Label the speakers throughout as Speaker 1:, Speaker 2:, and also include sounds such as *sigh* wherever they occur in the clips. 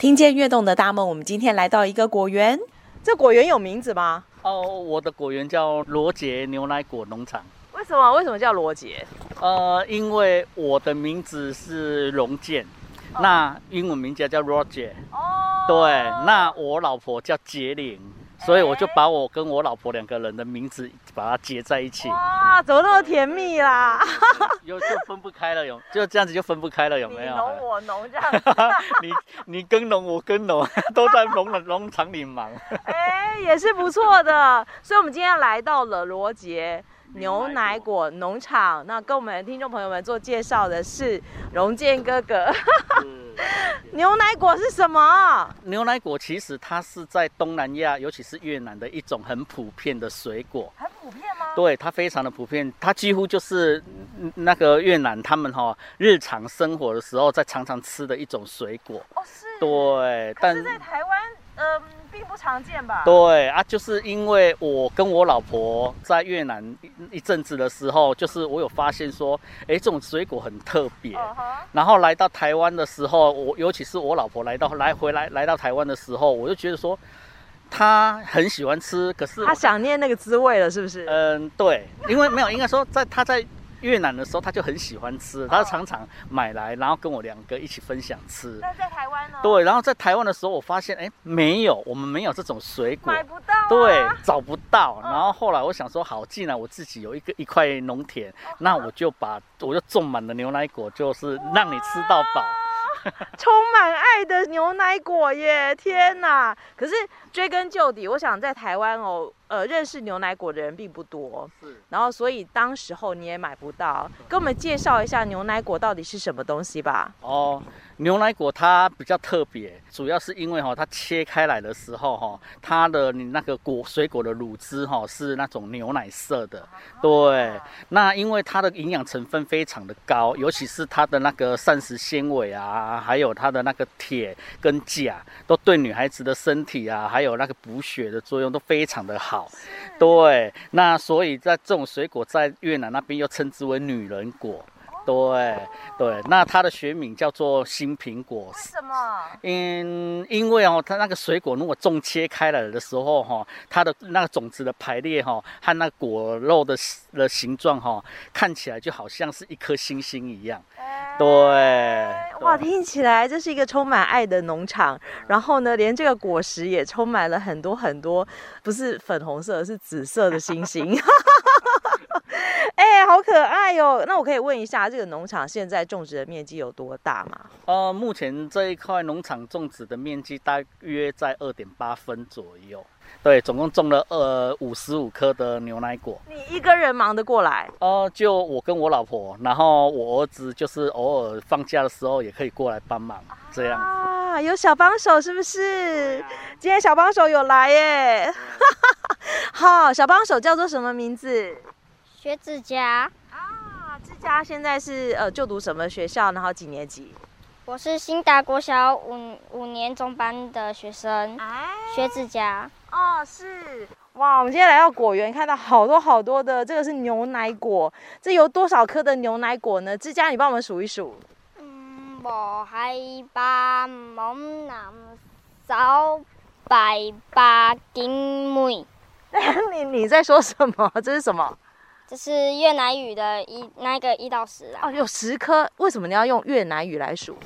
Speaker 1: 听见跃动的大梦，我们今天来到一个果园，这果园有名字吗？
Speaker 2: 哦，我的果园叫罗杰牛奶果农场。
Speaker 1: 为什么？为什么叫罗杰？
Speaker 2: 呃，因为我的名字是龙健，那英文名字叫 Roger。
Speaker 1: 哦，
Speaker 2: 对，那我老婆叫杰玲，所以我就把我跟我老婆两个人的名字把它结在一起，
Speaker 1: 哇，怎么那么甜蜜啊啦？
Speaker 2: 有就分不开了，有就这样子就分不开了，有没有？
Speaker 1: 我浓这样 *laughs* 子，
Speaker 2: 你你耕农，我耕农， *laughs* 都在农农场里忙。
Speaker 1: 哎，也是不错的。所以，我们今天来到了罗杰牛奶果农场。那跟我们听众朋友们做介绍的是荣健哥哥。 *laughs* 牛奶果是什么？
Speaker 2: 牛奶果其实它是在东南亚，尤其是越南的一种很普遍的水果，
Speaker 1: 很普遍吗？
Speaker 2: 对它非常的普遍，它几乎就是嗯那个越南他们哈、日常生活的时候在常常吃的一种水果。
Speaker 1: 哦，是。
Speaker 2: 对，但
Speaker 1: 台湾，嗯、并不常见吧？
Speaker 2: 对啊，就是因为我跟我老婆在越南一一阵子的时候，就是我有发现说，哎，这种水果很特别。
Speaker 1: 哦哈，
Speaker 2: 然后来到台湾的时候，我尤其是我老婆来到来回来来到台湾的时候，我就觉得说，她很喜欢吃，可是我
Speaker 1: 他想念那个滋味了，是不是？
Speaker 2: 嗯，对，因为没有，应该说在她在越南的时候，她就很喜欢吃，她常常买来，然后跟我两个一起分享吃。
Speaker 1: 那在台湾呢？
Speaker 2: 对，然后在台湾的时候，我发现哎，没有，我们没有这种水果。
Speaker 1: 不到、啊
Speaker 2: 对，找不到。
Speaker 1: 嗯
Speaker 2: 然后后来我想说，好，既然我自己有一个一块农田，那我就把我就种满了牛奶果，就是让你吃到
Speaker 1: *laughs*
Speaker 2: 饱。
Speaker 1: 充满爱的牛奶果耶！天哪！可是追根究底，我想在台湾哦，呃，认识牛奶果的人并不多，
Speaker 2: 是
Speaker 1: 然后所以当时候你也买不到。给我们介绍一下牛奶果到底是什么东西吧？
Speaker 2: 哦，牛奶果它比较特别，主要是因为哈、它切开来的时候哈、它的你那个果水果的乳汁哈、是那种牛奶色的。对，那因为它的营养成分非常的高，尤其是它的那个膳食纤维啊，还有它的那个铁跟钾，都对女孩子的身体啊，还有那个补血的作用都非常的好。对，那所以在这种水果在越南那边又称之为女人果。对对，那它的学名叫做新苹果。
Speaker 1: 什么？
Speaker 2: 嗯，因为哦，它那个水果如果纵切开来的时候哈、它的那个种子的排列哈、和那果肉的的形状哈、看起来就好像是一颗星星一样。
Speaker 1: 哎
Speaker 2: 对，
Speaker 1: 哇，
Speaker 2: 对
Speaker 1: 听起来这是一个充满爱的农场。然后呢，连这个果实也充满了很多很多，不是粉红色，是紫色的星星。 *laughs* 哎、好可爱哟、那我可以问一下，这个农场现在种植的面积有多大吗？
Speaker 2: 呃，目前这一块农场种植的面积大约在二点八分左右。对，总共种了呃五十五颗的牛奶果。
Speaker 1: 你一个人忙得过来？
Speaker 2: 呃，就我跟我老婆，然后我儿子就是偶尔放假的时候也可以过来帮忙，这样。
Speaker 1: 啊，有小帮手是不是？今天小帮手有来耶！ *laughs* 好，小帮手叫做什么名字？
Speaker 3: 学指甲，
Speaker 1: 啊，志佳现在是呃就读什么学校？然后几年级？
Speaker 3: 我是新达国小五五年中班的学生，
Speaker 1: 哎，
Speaker 3: 学指甲。
Speaker 1: 哦是。哇，我们今天来到果园，看到好多好多的，这个是牛奶果，这有多少颗的牛奶果呢？志佳，你帮我们数一数。 *laughs*
Speaker 3: 嗯，我系八懵南手拜八金妹，
Speaker 1: 你你在说什么？这是什么？
Speaker 3: 这是越南语的一那个一到十啊。
Speaker 1: 哦，有十颗，为什么你要用越南语来数？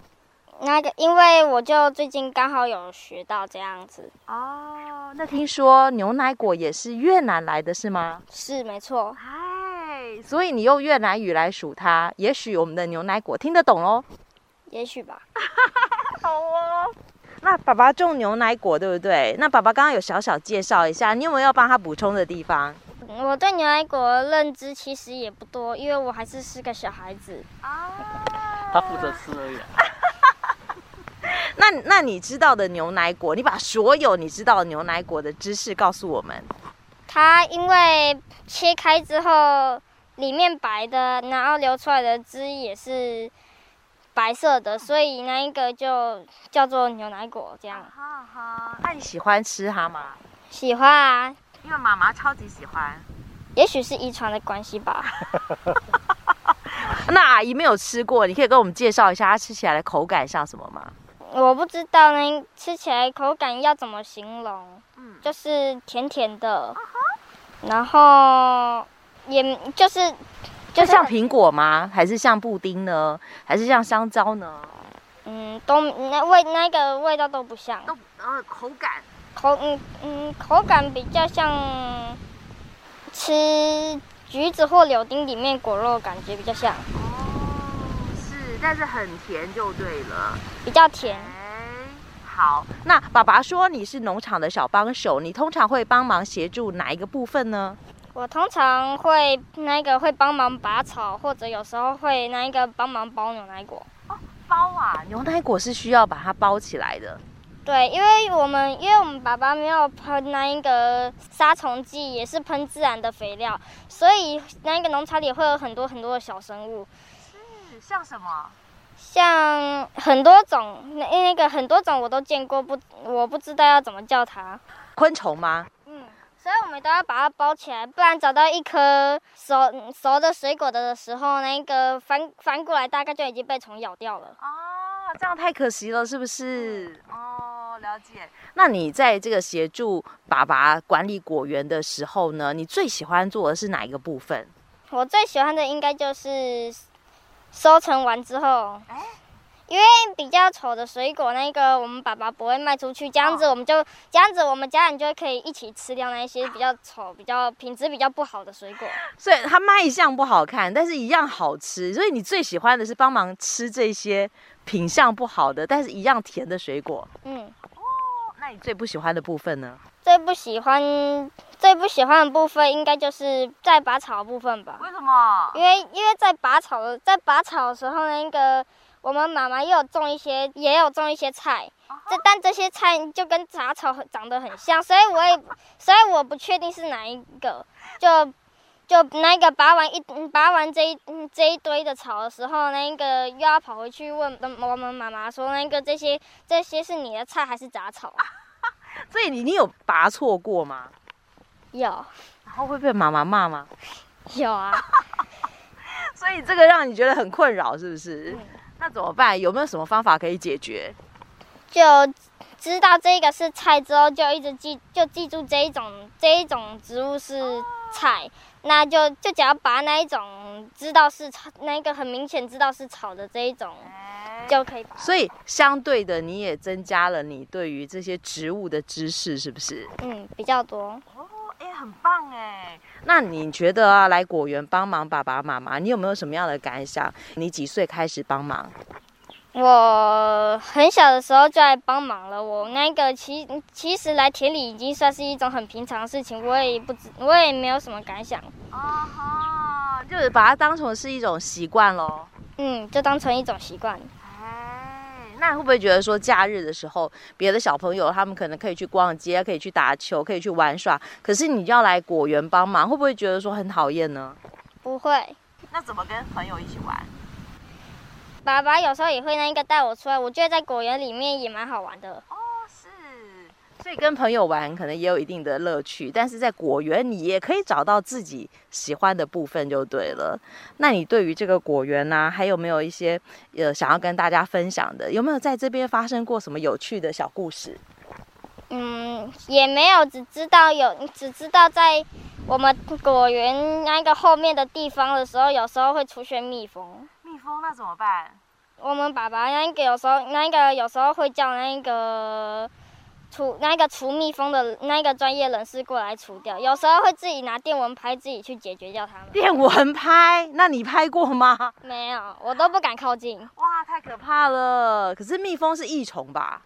Speaker 3: 那个，因为我就最近刚好有学到这样子，
Speaker 1: 哦，那听说牛奶果也是越南来的是吗？
Speaker 3: 是没错，
Speaker 1: 哎，所以你用越南语来数它，也许我们的牛奶果听得懂哦喽。
Speaker 3: 也许吧。
Speaker 1: 好哦。那爸爸种牛奶果对不对？那爸爸刚刚有小小介绍一下，你有没有要帮他补充的地方？
Speaker 3: 嗯我对牛奶果的认知其实也不多，因为我还是是个小孩子。
Speaker 2: 他负责吃而已啊、
Speaker 1: *laughs* 那那你知道的牛奶果，你把所有你知道的牛奶果的知识告诉我们。
Speaker 3: 它因为切开之后里面白的，然后流出来的汁也是白色的，所以那一个就叫做牛奶果。这样
Speaker 1: 哈哈，那你喜欢吃它吗？
Speaker 3: 喜欢啊，
Speaker 1: 因为妈妈超级喜欢。
Speaker 3: 也许是遗传的关系吧。
Speaker 1: 那阿姨没有吃过，你可以跟我们介绍一下它吃起来的口感像什么吗？
Speaker 3: 我不知道呢，吃起来口感要怎么形容？
Speaker 1: 嗯，
Speaker 3: 就是甜甜的，然后也就是
Speaker 1: 就
Speaker 3: 就是
Speaker 1: 像苹果吗？还是像布丁呢？还是像香蕉呢？
Speaker 3: 嗯，都那味那个味道都不像，
Speaker 1: 呃口感
Speaker 3: 口嗯嗯口感比较像吃橘子或柳丁里面果肉，感觉比较像，
Speaker 1: 哦是，但是很甜就对了。哎
Speaker 3: 比较甜。
Speaker 1: 好，那爸爸说你是农场的小帮手，你通常会帮忙协助哪一个部分呢？
Speaker 3: 我通常会那个会帮忙拔草，或者有时候会那个帮忙包牛奶果。
Speaker 1: 包啊，牛奶果是需要把它包起来的。
Speaker 3: 对，因为我们因为我们爸爸没有喷那一个杀虫剂，也是喷自然的肥料，所以那个农场里会有很多很多的小生物，
Speaker 1: 像什么？
Speaker 3: 像很多种那那个很多种我都见过，不我不知道要怎么叫它。
Speaker 1: 昆虫吗？
Speaker 3: 嗯，所以我们都要把它包起来，不然找到一颗熟嗯熟的水果的时候，那个翻翻过来大概就已经被虫咬掉了。
Speaker 1: 哦，这样太可惜了，是不是？哦，了解。那你在这个协助爸爸管理果园的时候呢，你最喜欢做的是哪一个部分？
Speaker 3: 我最喜欢的应该就是收成完之后，因为比较丑的水果那个我们爸爸不会卖出去，这样子我们就这样子我们家人就会可以一起吃掉那一些比较丑、比较品质比较不好的水果。
Speaker 1: 所以它卖相不好看，但是一样好吃。所以你最喜欢的是帮忙吃这些品相不好的，但是一样甜的水果。
Speaker 3: 嗯，
Speaker 1: 哦那你最不喜欢的部分呢？
Speaker 3: 最不喜欢最不喜欢的部分应该就是在拔草的部分吧，
Speaker 1: 为什么？
Speaker 3: 因为因为在拔草的在拔草的时候那个。我们妈妈也有种一些，也有种一些菜，这但这些菜就跟杂草很长得很像，所以我也， *laughs* 所以我不确定是哪一个。就就那个拔完一嗯拔完这一嗯这一堆的草的时候，那个又要跑回去问嗯我们妈妈说，那个这些这些是你的菜还是杂草？啊
Speaker 1: 所以你你有拔错过吗？
Speaker 3: *laughs* 有
Speaker 1: 然后会被妈妈骂吗？
Speaker 3: 有啊，
Speaker 1: 所以这个让你觉得很困扰，是不是？
Speaker 3: 嗯
Speaker 1: 那怎么办？有没有什么方法可以解决？
Speaker 3: 就知道这个是菜之后，就一直记就记住这一种这一种植物是菜，那就就只要拔那一种知道是草，那个很明显知道是草的这一种，就可以拔。
Speaker 1: 所以相对的，你也增加了你对于这些植物的知识，是不是？
Speaker 3: 嗯，比较多。
Speaker 1: 哦，哎，很棒哎。那你觉得啊，来果园帮忙爸爸妈妈，你有没有什么样的感想？你几岁开始帮忙？
Speaker 3: 我很小的时候就来帮忙了。我那个其其实来田里已经算是一种很平常的事情，我也不知我也没有什么感想。
Speaker 1: 哦哈，就是把它当成是一种习惯喽。
Speaker 3: 嗯，就当成一种习惯。
Speaker 1: 哎，那会不会觉得说假日的时候，别的小朋友他们可能可以去逛街，可以去打球，可以去玩耍，可是你要来果园帮忙，会不会觉得说很讨厌呢？
Speaker 3: 不会，
Speaker 1: 那怎么跟朋友一起玩？
Speaker 3: 爸爸有时候也会那个带我出来，我觉得在果园里面也蛮好玩的。
Speaker 1: 是，所以跟朋友玩可能也有一定的乐趣，但是在果园你也可以找到自己喜欢的部分就对了。那你对于这个果园呢、还有没有一些呃想要跟大家分享的？有没有在这边发生过什么有趣的小故事？
Speaker 3: 嗯，也没有，只知道有，只知道在我们果园那个后面的地方的时候，有时候会出现蜜蜂。
Speaker 1: 蜜蜂那怎么办？
Speaker 3: 我们爸爸那个有时候那个有时候会叫那个除那个除蜜蜂的那个专业人士过来除掉，有时候会自己拿电蚊拍自己去解决掉它们。
Speaker 1: 电蚊拍？那你拍过吗？
Speaker 3: 没有，我都不敢靠
Speaker 1: *laughs*
Speaker 3: 近
Speaker 1: 哇，太可怕了！可是蜜蜂是益虫吧？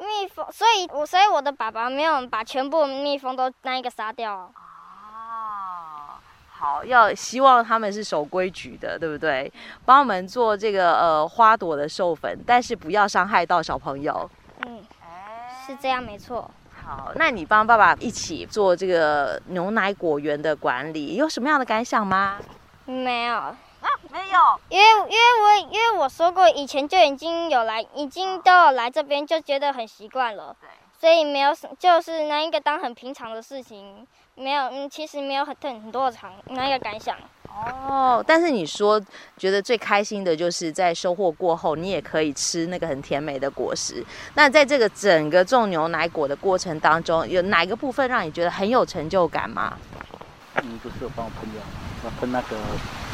Speaker 3: 蜜蜂，所以我所以我的爸爸没有把全部蜜蜂都那个杀掉。
Speaker 1: 啊，好，要希望他们是守规矩的，对不对？帮我们做这个呃花朵的授粉，但是不要伤害到小朋友。
Speaker 3: 嗯，是这样没错。
Speaker 1: 好，那你帮爸爸一起做这个牛奶果园的管理，有什么样的感想吗？
Speaker 3: 没有，
Speaker 1: 没有，
Speaker 3: 因为因为我因为我说过，以前就已经有来，已经都有来这边，就觉得很习惯了。所以没有什，就是那一个当很平常的事情，没有，嗯，其实没有很很多长那一个感想。
Speaker 1: 哦，但是你说觉得最开心的就是在收获过后，你也可以吃那个很甜美的果实。那在这个整个种牛奶果的过程当中，有哪一个部分让你觉得很有成就感吗？
Speaker 2: 你不是有帮我喷药，要喷那个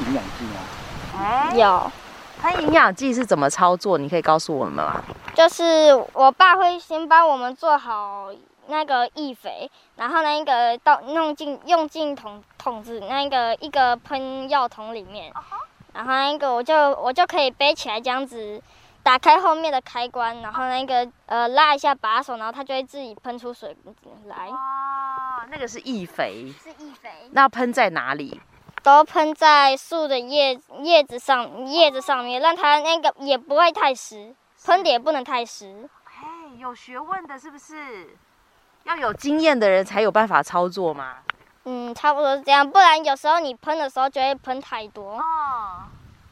Speaker 2: 营养剂吗？
Speaker 3: 有，
Speaker 1: 它营养剂是怎么操作？你可以告诉我们吗？
Speaker 3: 就是我爸会先帮我们做好那个易肥，然后那一个倒弄进用进桶桶子那个一个喷药桶里面，然后那个我就我就可以背起来这样子，打开后面的开关，然后那个呃拉一下把手，然后它就会自己喷出水来，
Speaker 1: 哦，那个是易肥，
Speaker 3: 是易肥，
Speaker 1: 那喷在哪里？
Speaker 3: 都喷在树的叶叶子上叶子上面，让它那个也不会太湿，喷的也不能太湿。
Speaker 1: 哎，有学问的是不是？要有经验的人才有办法操作嘛。
Speaker 3: 嗯，差不多是这样，不然有时候你喷的时候就会喷太多，
Speaker 1: 哦，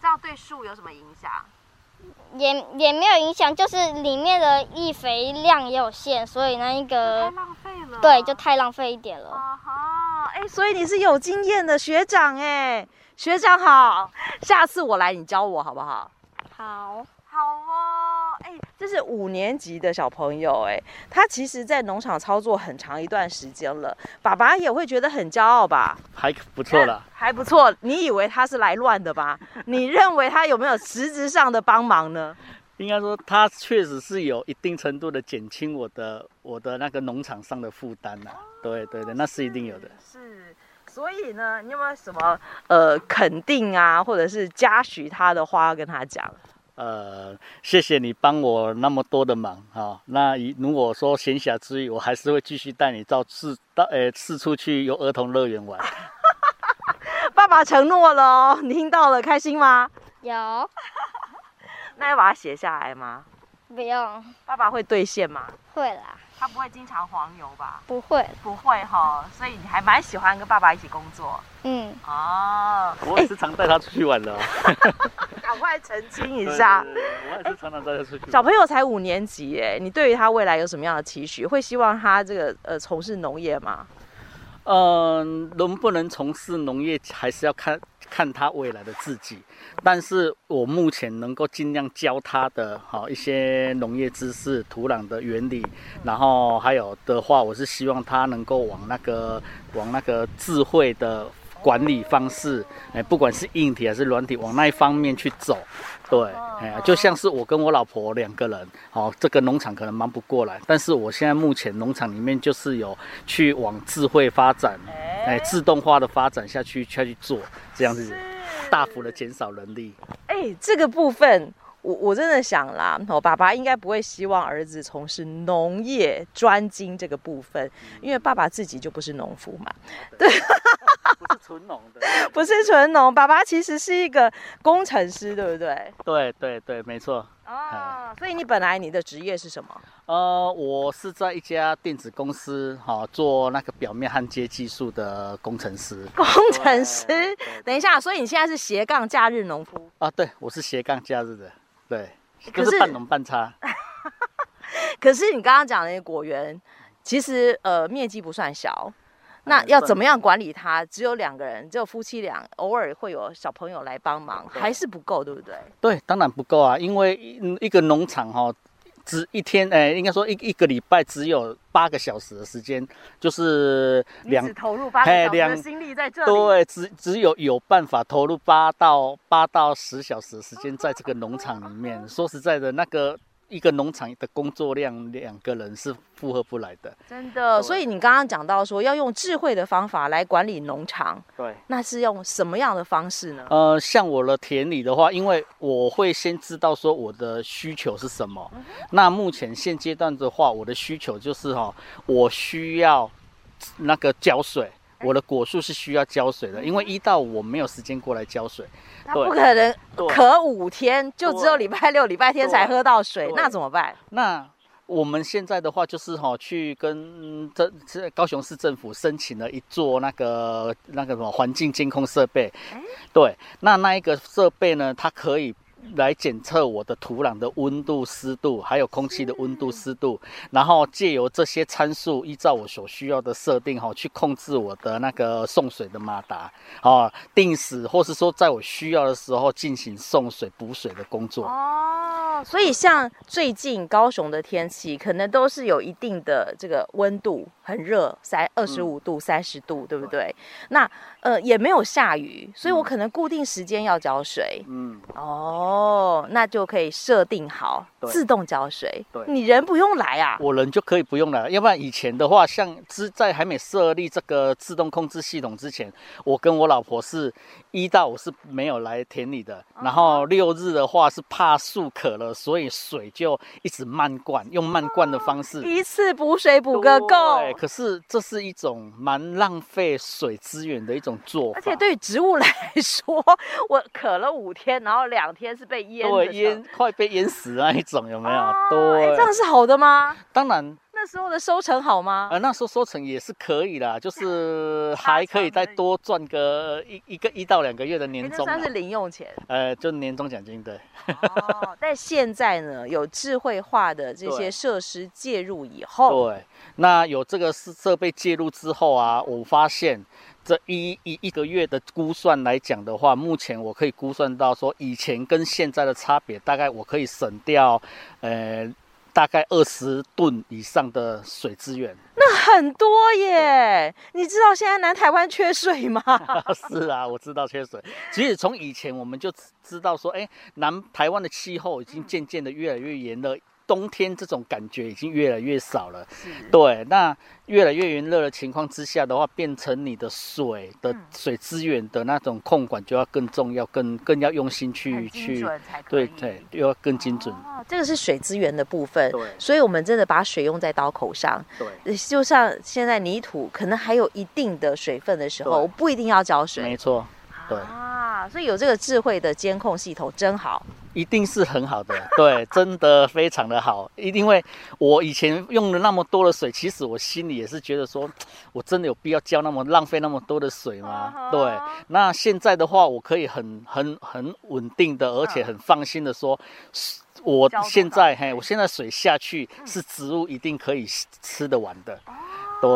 Speaker 1: 这样对树有什么影响？
Speaker 3: 也也没有影响，就是里面的易肥量也有限，所以那一个
Speaker 1: 浪费了
Speaker 3: 呃对就太浪费一点了。
Speaker 1: 啊哈，哎，所以你是有经验的学长哎，学长好，下次我来你教我好不好？
Speaker 3: 好，
Speaker 1: 好哦，哎，这是五年级的小朋友哎，他其实在农场操作很长一段时间了，爸爸也会觉得很骄傲吧？
Speaker 2: 还不错啦，
Speaker 1: 还不错，你以为他是来乱的吧？你认为他有没有实质上的帮忙呢？
Speaker 2: 应该说它确实是有一定程度的减轻我的我的那个农场上的负担呐。对对对，那是一定有的。
Speaker 1: 是，所以呢，你有没有什么呃肯定啊，或者是嘉许他的话要跟他讲？
Speaker 2: 呃，谢谢你帮我那么多的忙啊、那以如果说闲暇之余，我还是会继续带你到四到呃四处去游儿童乐园玩。
Speaker 1: 爸爸承诺了哦，你听到了，开心吗？
Speaker 3: 有
Speaker 1: 那要把它写下来吗？
Speaker 3: 不用
Speaker 1: 爸爸会兑现吗？
Speaker 3: 会啦，
Speaker 1: 他不会经常黄油吧？
Speaker 3: 不会，
Speaker 1: 不会哈、所以你还蛮喜欢跟爸爸一起工作
Speaker 3: 嗯，
Speaker 1: 哦。
Speaker 2: 我也是常带他出去玩的、哦。
Speaker 1: 赶快澄清一
Speaker 2: 对
Speaker 1: 下，
Speaker 2: 对对对我也是常常带他出去玩。
Speaker 1: 小朋友才五年级哎，你对于他未来有什么样的期许？会希望他这个呃从事农业吗？
Speaker 2: 嗯，能不能从事农业还是要看看他未来的自己，但是我目前能够尽量教他的好、一些农业知识、土壤的原理，然后还有的话，我是希望他能够往那个往那个智慧的管理方式，哎，不管是硬体还是软体，往那一方面去走。对，哎呀，就像是我跟我老婆两个人，好、这个农场可能忙不过来，但是我现在目前农场里面就是有去往智慧发展，哎，自动化的发展下去下去做，这样子大幅的减少人
Speaker 1: *laughs*
Speaker 2: 力。
Speaker 1: 哎、这个部分我我真的想啦，我爸爸应该不会希望儿子从事农业专精这个部分，因为爸爸自己就不是农夫嘛，
Speaker 2: 不是纯农的。
Speaker 1: *laughs* 不是纯农。爸爸其实是一个工程师，对不对？
Speaker 2: 对对对，没错。哦，
Speaker 1: 所以你本来你的职业是什么？
Speaker 2: 呃，我是在一家电子公司，好、做那个表面焊接技术的工程师。
Speaker 1: 工程
Speaker 2: 对
Speaker 1: 师。
Speaker 2: 对
Speaker 1: 等一下，所以你现在是斜杠假日农夫。
Speaker 2: 啊，对，我是斜杠假日的，对，
Speaker 1: 可
Speaker 2: 就是是半农半差。
Speaker 1: 可是你刚刚讲的那个果园，其实呃面积不算小，那
Speaker 2: 嗯
Speaker 1: 要
Speaker 2: 算
Speaker 1: 怎么样管理它？只有两个人，只有夫妻俩，偶尔会有小朋友来帮忙，
Speaker 2: 对
Speaker 1: 还是不够，对不对？
Speaker 2: 对，当然不够啊，因为一一个农场哈、只一天，哎、应该说一一个礼拜只有八个小时的时间，就是两
Speaker 1: 投入八
Speaker 2: 个嘿小时的两
Speaker 1: 心力在这
Speaker 2: 对，只只有有办法投入八到八到十小时的时间在这个农场里面。说实在的，那个一个农场的工作量，两个人是负荷不来的。
Speaker 1: 真的。
Speaker 2: 对
Speaker 1: 所以你刚刚讲到说要用智慧的方法来管理农场，
Speaker 2: 对。
Speaker 1: 那是用什么样的方式呢？
Speaker 2: 呃，像我的田里的话，因为我会先知道说我的需求是什么。
Speaker 1: 嗯
Speaker 2: 那目前现阶段的话，我的需求就是哈、哦，我需要那个浇水。
Speaker 1: 哎
Speaker 2: 我的果树是需要浇水的，因为一到五我没有时间过来浇水。
Speaker 1: 他
Speaker 2: 对
Speaker 1: 不可能
Speaker 2: 对
Speaker 1: 渴五天，就只有礼拜六、礼拜天才
Speaker 2: 对
Speaker 1: 喝到水，
Speaker 2: 对
Speaker 1: 那怎么办？
Speaker 2: 那我们现在的话，就是哈、去跟这这高雄市政府申请了一座那个那个什么环境监控设备。对，那那一个设备呢，它可以来检测我的土壤的温度、湿度，还有空气的温度、湿度，然后借由这些参数，依照我所需要的设定哈、去控制我的那个送水的马达，哦，定时或是说在我需要的时候进行送水、补水的工作。
Speaker 1: 哦，所以像最近高雄的天气，可能都是有一定的这个温度，很热，三二
Speaker 2: 嗯
Speaker 1: 十五度、三十度，对不对？那呃也没有下雨，所以我可能固定时间要浇水。
Speaker 2: 嗯，
Speaker 1: 哦，那就可以设定好
Speaker 2: 对
Speaker 1: 自动浇水，
Speaker 2: 对
Speaker 1: 你人不用来啊。
Speaker 2: 我人就可以不用了。要不然以前的话，像之在还没设立这个自动控制系统之前，我跟我老婆是一到五是没有来田里的，
Speaker 1: 哦
Speaker 2: 然后六日的话是怕树渴了，所以水就一直漫灌，用漫灌的方式。
Speaker 1: 一次补水补个够，
Speaker 2: 对可是这是一种蛮浪费水资源的一种做法，
Speaker 1: 而且对于植物来说，我渴了五天，然后两天是被淹
Speaker 2: 对
Speaker 1: 的，
Speaker 2: 淹快被淹死那一种有没有？
Speaker 1: 哦哎
Speaker 2: 对，
Speaker 1: 这样是好的吗？
Speaker 2: 当然
Speaker 1: 那时候的收成好吗？
Speaker 2: 啊，那时候收成也是可以
Speaker 1: *laughs*
Speaker 2: 啦，就是还可以再多赚个一一个一到两个月的
Speaker 1: 哎
Speaker 2: 年
Speaker 1: 那
Speaker 2: 终啊、
Speaker 1: 算是零用钱
Speaker 2: 呃，就年终奖金对。
Speaker 1: 哦。但现在呢，有智慧化的这些
Speaker 2: 对
Speaker 1: 设施介入以后，
Speaker 2: 对，那有这个设设备介入之后啊，我发现这一一一个月的估算来讲的话，目前我可以估算到说，以前跟现在的差别，大概我可以省掉，呃，大概二十吨以上的水资源。
Speaker 1: 那很多耶。你知道现在南台湾缺水吗？
Speaker 2: *laughs* 是啊，我知道缺水。其实从以前我们就知知道说，哎，南台湾的气候已
Speaker 1: 嗯
Speaker 2: 经渐渐的越来越炎热，冬天这种感觉已经越来越少了。对，那越来越炎热的情况之下的话，变成你的水的
Speaker 1: 嗯
Speaker 2: 水资源的那种控管就要更重要，更更要用心去
Speaker 1: 很精
Speaker 2: 去，
Speaker 1: 准才可
Speaker 2: 对
Speaker 1: 以
Speaker 2: 对，又要更精准。
Speaker 1: 哦，这个是水资源的部分，
Speaker 2: 对
Speaker 1: 所以我们真的把水用在刀口上。
Speaker 2: 对，
Speaker 1: 呃就像现在泥土可能还有一定的水分的时候，
Speaker 2: 对
Speaker 1: 我不一定要浇水
Speaker 2: 没错，对
Speaker 1: 啊。所以有这个智慧的监控系统真好。
Speaker 2: 一定是很好的， *laughs* 对，真的非常的好。因为我以前用了那么多的水，其实我心里也是觉得说，我真的有必要浇那么浪费那么多的水吗？对。那现在的话，我可以很很很稳定的，而且很放心的说，我
Speaker 1: 浇多少
Speaker 2: 现在嘿，我现在水下去是植物一定可以吃吃得完的。对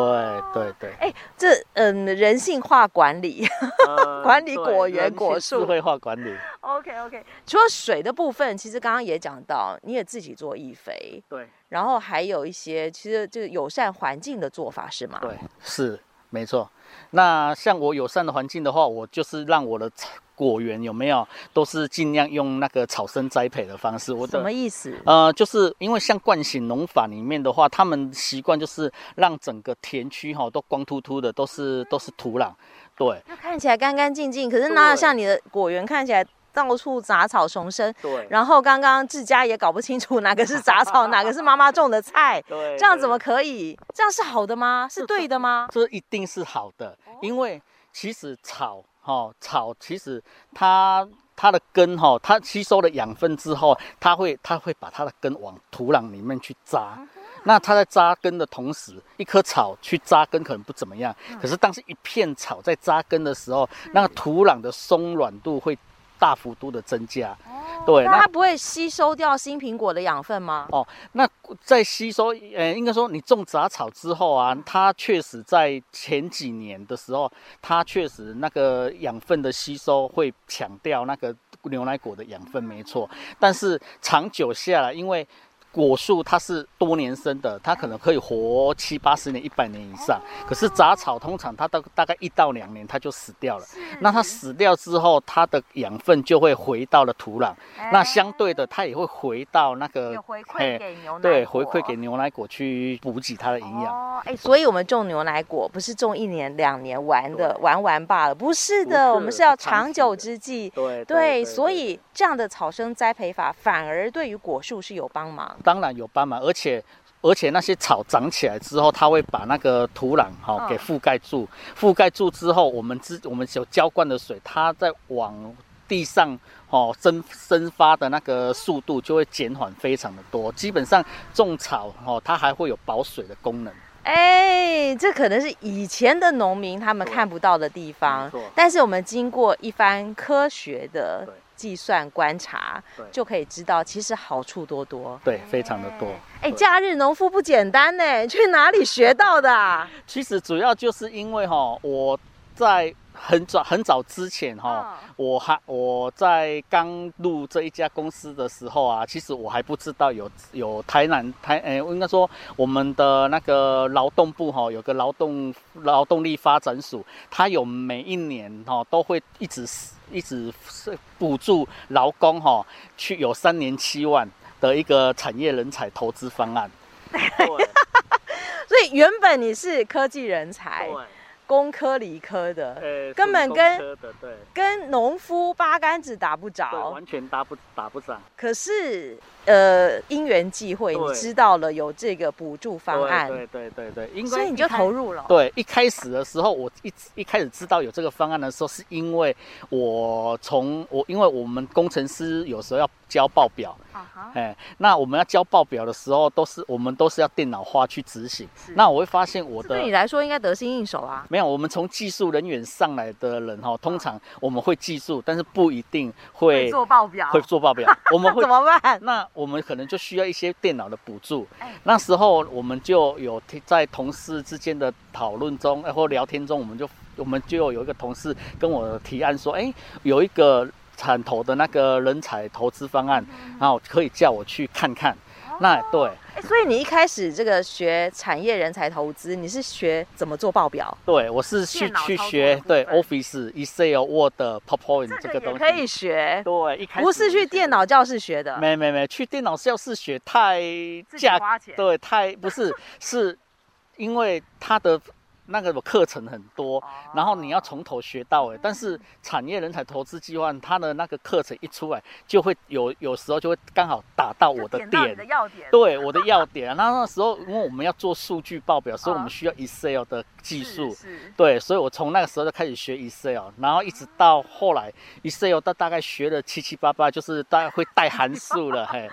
Speaker 2: 对对，
Speaker 1: 哎，这嗯，人性化管理。 *laughs* 管理
Speaker 2: 对
Speaker 1: 果园
Speaker 2: 人性
Speaker 1: 果树
Speaker 2: 智慧化管理。
Speaker 1: OK OK。除了水的部分，其实刚刚也讲到，你也自己做易肥，
Speaker 2: 对。
Speaker 1: 然后还有一些其实就是友善环境的做法，是吗？
Speaker 2: 对，是没错。那像我友善的环境的话，我就是让我的草果园有没有都是尽量用那个草生栽培的方式。我
Speaker 1: 什么
Speaker 2: 的
Speaker 1: 意思？
Speaker 2: 呃，就是因为像惯性农法里面的话，他们习惯就是让整个田区哈、都光秃秃的，都是都是土壤。对
Speaker 1: 就看起来干干净净，可是哪有
Speaker 2: 对
Speaker 1: 像你的果园看起来到处杂草丛生？
Speaker 2: 对
Speaker 1: *laughs* 然后刚刚志佳也搞不清楚哪个是杂 *laughs* 草，哪个是妈妈种的菜，
Speaker 2: 对
Speaker 1: 这样怎么可以？这样是好的吗？是对的吗？哦
Speaker 2: 这一定是好的，因为其实草哈、哦草其实它它的根哈、哦它吸收了养分之后，它会它会把它的根往土壤里面去
Speaker 1: 啊
Speaker 2: 扎。那它在扎根的同时，一棵草去扎根可能不怎么样，
Speaker 1: 嗯
Speaker 2: 可是当是一片草在扎根的时候，那个土壤的松软度会大幅度的增加。对，
Speaker 1: 哦那
Speaker 2: 那
Speaker 1: 它不会吸收掉新苹果的养分吗？
Speaker 2: 哦，那在吸收，呃，应该说你种杂草之后啊，它确实在前几年的时候，它确实那个养分的吸收会抢掉那个牛奶果的养分，没错。但是长久下来，因为果树它是多年生的，它可能可以活七八十年、一百年以上。可是杂草通常它大大概一到两年它就死掉了。
Speaker 1: 嗯
Speaker 2: 那它死掉之后，它的养分就会回到了土壤，那相对的它也会回到那个
Speaker 1: 哎有回馈
Speaker 2: 嘿
Speaker 1: 给牛奶，
Speaker 2: 对，回馈给。牛奶果去补给它的营养。
Speaker 1: 哦，哎，所以我们种牛奶果不是种一年两年玩的
Speaker 2: 对
Speaker 1: 玩玩罢了，不是
Speaker 2: 不
Speaker 1: 的，
Speaker 2: 是
Speaker 1: 我们是要
Speaker 2: 是长
Speaker 1: 长久
Speaker 2: 期的
Speaker 1: 之计。
Speaker 2: 对
Speaker 1: 对，所以这样的草生栽培法反而对于果树是有帮忙。
Speaker 2: 当然有帮忙，而且而且那些草长起来之后，它会把那个土壤哈、
Speaker 1: 嗯
Speaker 2: 给覆盖住，覆盖住之后，我们之我们有浇灌的水，它在往地上哦蒸蒸发的那个速度就会减缓非常的多。基本上种草哦，它还会有保水的功能。
Speaker 1: 哎，这可能是以前的农民他们
Speaker 2: 对
Speaker 1: 看不到的地方
Speaker 2: 没错，
Speaker 1: 但是我们经过一番科学的
Speaker 2: 对
Speaker 1: 计算观察
Speaker 2: 对，
Speaker 1: 就可以知道其实好处多多。
Speaker 2: 对，非常的多。
Speaker 1: 哎，假日农夫不简单呢，去哪里学到的啊？ *laughs*
Speaker 2: 其实主要就是因为哈，我在很早很早之前哈，我还我在刚入这一家公司的时候啊，其实我还不知道有有台南台诶、我应该说我们的那个劳动部哈，有个劳动劳动力发展署，它有每一年哈都会一直一直是补助劳工哈，去有三年七万的一个产业人才投资方案。对
Speaker 1: 所以原本你是科技人才，
Speaker 2: 对
Speaker 1: 工科理科的，
Speaker 2: 呃
Speaker 1: 根本跟
Speaker 2: 属于工科的对
Speaker 1: 跟农夫八竿子打不
Speaker 2: 对
Speaker 1: 着。
Speaker 2: 完全搭不打不上。
Speaker 1: 可是，呃，因缘际会，
Speaker 2: 对
Speaker 1: 你知道了有这个补助方案，
Speaker 2: 对对对对对，应该
Speaker 1: 所以你就投。入了。
Speaker 2: 对，一开始的时候，我一直一开始知道有这个方案的时候，是因为我从我因为我们工程师有时候要交报表，
Speaker 1: 啊哈
Speaker 2: 哎、那我们要交报表的时候，都是我们都是要电脑化去执行。那我会发现我
Speaker 1: 这
Speaker 2: 的
Speaker 1: 对你来说应该得心应手啊。
Speaker 2: 没有，我们从技术人员上来的人哈，通常我们会技术，但是不一定会
Speaker 1: 报表
Speaker 2: 会做报表，我们会
Speaker 1: *laughs* 怎么办？
Speaker 2: 那我们可能就需要一些电脑的补助
Speaker 1: 哎。
Speaker 2: 那时候我们就有提在同事之间的讨论中，呃或聊天中，我们就我们就有一个同事跟我提案说，哎，有一个产投的那个人才投资方案，
Speaker 1: 嗯
Speaker 2: 然后可以叫我去看看。那对
Speaker 1: 哎所以你一开始这个学产业人才投资，你是学怎么做报表？
Speaker 2: 对，我是去
Speaker 1: 电脑
Speaker 2: 去
Speaker 1: 操作
Speaker 2: 学
Speaker 1: 的部
Speaker 2: 对
Speaker 1: 分
Speaker 2: Office、Excel、Word、PowerPoint 这个东
Speaker 1: 也
Speaker 2: 西。
Speaker 1: 可以学，
Speaker 2: 对，一开始
Speaker 1: 不是
Speaker 2: 我
Speaker 1: 去
Speaker 2: 学
Speaker 1: 电脑教室学的。
Speaker 2: 没没没，去电脑教室学太价
Speaker 1: 花钱
Speaker 2: 对，太不是是，因为它的那个课程很多，然后你要从头学到尾。但是产业人才投资计划它的那个课程一出来，就会有有时候就会刚好打到我的点。
Speaker 1: 要点
Speaker 2: 对我的要点，那那时候因为我们要做数据报表，所以我们需要 Excel 的技术。对，所以我从那个时候就开始学 Excel，然后一直到后来 Excel 到大概学了七七八八，就是大概会带函数了， *laughs* 嘿，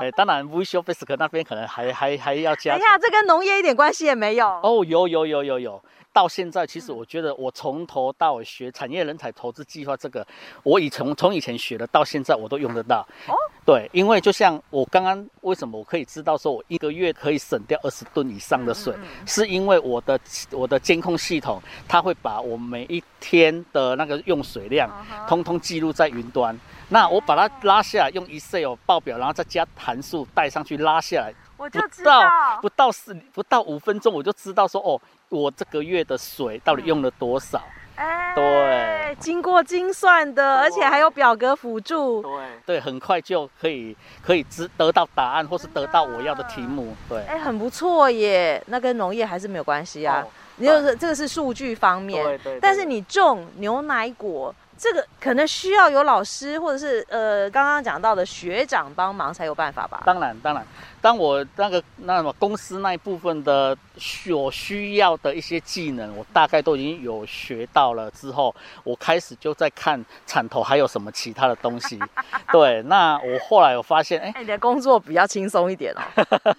Speaker 2: 哎，当然 Visual Basic 那边可能还还还要加
Speaker 1: 等一。下，这跟农业一点关系也没有。
Speaker 2: 哦，有有有有有，到现在其实我觉得我从头到尾学产业人才投资计划这个，我以从从以前学的到现在我都用得到。
Speaker 1: 哦，
Speaker 2: 对，因为就像我刚刚为什么我可以知道说我一个月可以省掉二十吨以上的水，是因为我的我的监控系统它会把我每一天的那个用水量通通记录在云端。那我把它拉下来，用 Excel 报表，然后再加函数带上去拉下来，
Speaker 1: 我
Speaker 2: 不到不到四不到五分钟，我就知道说哦，我这个月的水到底用了多少。
Speaker 1: 哎
Speaker 2: 对，
Speaker 1: 经过精算的，而且还有表格辅助。
Speaker 2: 对对，很快就可以可以知得到答案，或是得到我要的题目。对，
Speaker 1: 哎，很不错耶，那跟农业还是没有关系啊
Speaker 2: 哦。
Speaker 1: 你就是这个是数据方面，
Speaker 2: 对对对
Speaker 1: 但是你种牛奶果，这个可能需要有老师或者是呃刚刚讲到的学长帮忙才有办法吧。
Speaker 2: 当然当然，当我那个那么公司那一部分的需我需要的一些技能，我大概都已经有学到了之后，我开始就在看产头还有什么其他的东西。 *laughs* 对，那我后来我发现，哎，
Speaker 1: 哎，你的工作比较轻松一
Speaker 2: *laughs*
Speaker 1: 点哦。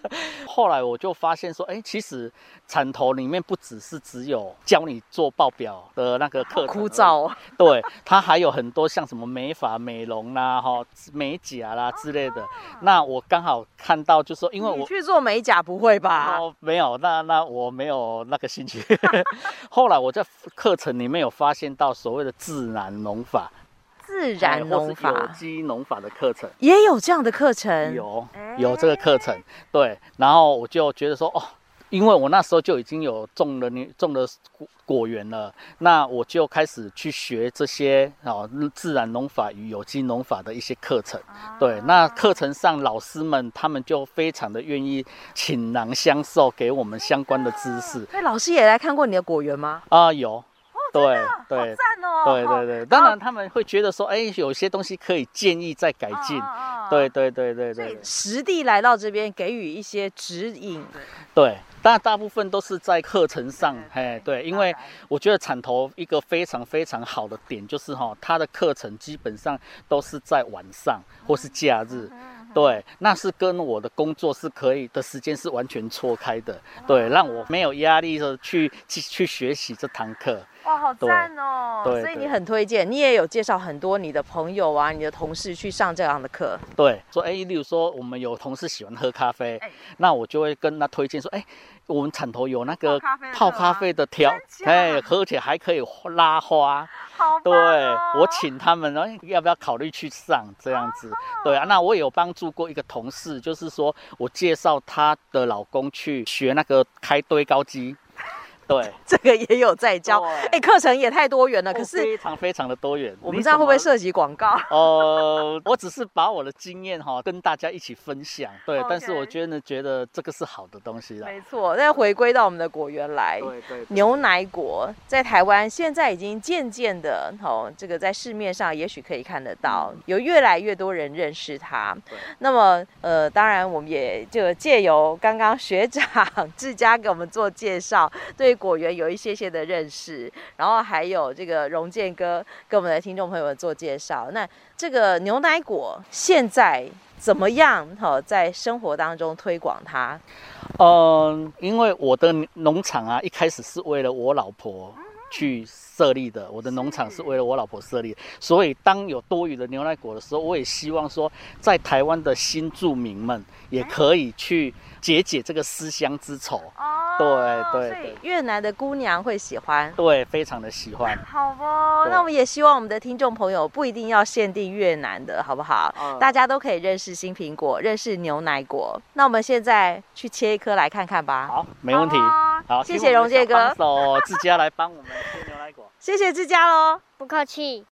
Speaker 2: 后来我就发现说，哎、其实产投里面不只是只有教你做报表的那个课程，
Speaker 1: 枯燥、哦，
Speaker 2: *laughs* 对，它还有很多像什么美发、美容啦、哈美甲啦之类的。那我刚好看到，就说因为
Speaker 1: 你
Speaker 2: 我。
Speaker 1: 去做美甲不会吧？
Speaker 2: 哦，没有，那那我没有那个兴趣。 *laughs* 后来我在课程里面有发现到所谓的自然农法、
Speaker 1: 自然
Speaker 2: 哎或是
Speaker 1: 农法、
Speaker 2: 有机农法的课程。
Speaker 1: 也有这样的课程，
Speaker 2: 有
Speaker 1: 哎
Speaker 2: 有这个课程，对，然后我就觉得说，哦，因为我那时候就已经有种了你种了果果园了，那我就开始去学这些哦自然农法与有机农法的一些课程。
Speaker 1: 啊
Speaker 2: 对，那课程上老师们他们就非常的愿意倾囊相授，给我们相关的知识
Speaker 1: 所以老师也来看过你的果园吗？
Speaker 2: 啊、有，对对
Speaker 1: 赞哦
Speaker 2: 对对对，当然他们会觉得说，哎，有些东西可以建议再改进。
Speaker 1: 啊哦
Speaker 2: 对对对对对对。
Speaker 1: 实地来到这边给予一些指引，
Speaker 2: 对，但大部分都是在课程上，哎，对，因为我觉得产头一个非常非常好的点就是哈、它的课程基本上都是在晚上或是假日。对，那是跟我的工作是可以的时间嗯是完全错开的，对，让我没有压力的去去去学习这堂课，
Speaker 1: 哇，好
Speaker 2: 对
Speaker 1: 赞哦！
Speaker 2: 对
Speaker 1: 所以你
Speaker 2: 对
Speaker 1: 很推荐，你也有介绍很多你的朋友啊、你的同事去上这样的课。
Speaker 2: 对，说哎，例如说我们有同事喜欢喝咖啡
Speaker 1: 哎，
Speaker 2: 那我就会跟他推荐说，哎，我们产头有那
Speaker 1: 泡
Speaker 2: 个
Speaker 1: 咖啡的
Speaker 2: 泡
Speaker 1: 课
Speaker 2: 咖
Speaker 1: 吗
Speaker 2: 啡的调
Speaker 1: 真，假
Speaker 2: 哎，而且还可以拉花。
Speaker 1: 好
Speaker 2: *laughs* 对
Speaker 1: 棒哦
Speaker 2: 我请他们，然后要不要考虑去上这样子？
Speaker 1: 哦
Speaker 2: 对啊，那我也有帮助过一个同事，就是说我介绍她的老公去学那个开堆高机，
Speaker 1: *laughs*
Speaker 2: 对，
Speaker 1: 这个也有在教，
Speaker 2: 对
Speaker 1: 哎，课程也太多元了。可
Speaker 2: 哦
Speaker 1: 是
Speaker 2: 非常非常的多元。
Speaker 1: 我们
Speaker 2: 你
Speaker 1: 这样
Speaker 2: 怎
Speaker 1: 会不会
Speaker 2: 么
Speaker 1: 涉及广告？
Speaker 2: 呃，我只是把我的经验哈、跟大家一起分享，对
Speaker 1: OK
Speaker 2: 但是我真的觉得这个是好的东西啦。
Speaker 1: 没错，再回归到我们的果园来。
Speaker 2: 对
Speaker 1: 牛奶果在台湾现在已经渐渐的，哦，这个在市面上也许可以看得到，有越来越多人认识它
Speaker 2: 嗯对。
Speaker 1: 那么，呃，当然我们也就借由刚刚学长志佳给我们做介
Speaker 2: *laughs*
Speaker 1: 绍，对果园有一些些的认识，然后还有这个荣健哥跟我们的听众朋友们做介绍。那这个牛奶果现在怎么样？哈、在生活当中推广它，
Speaker 2: 嗯，因为我的农场啊，一开始是为了我老婆去设立的，我的农场是为了我老婆设立的，所以当有多余的牛奶果的时候，我也希望说，在台湾的新住民们也可以去解解这个思乡之愁。对
Speaker 1: 所
Speaker 2: 对
Speaker 1: 以
Speaker 2: 对
Speaker 1: 越南的姑娘会喜欢。
Speaker 2: 对，非常的喜欢。
Speaker 1: 好哦，
Speaker 2: 对
Speaker 1: 那我们也希望我们的听众朋友不一定要限定越南的，好不好？
Speaker 2: 嗯
Speaker 1: 大家都可以认识新苹果，认识牛奶果。那我们现在去切一颗来看看吧。
Speaker 2: 好，没问题。好，
Speaker 1: 谢谢荣介哥
Speaker 2: 手自家来帮我们切牛奶果。
Speaker 1: 谢谢志佳喽。
Speaker 3: 不客气。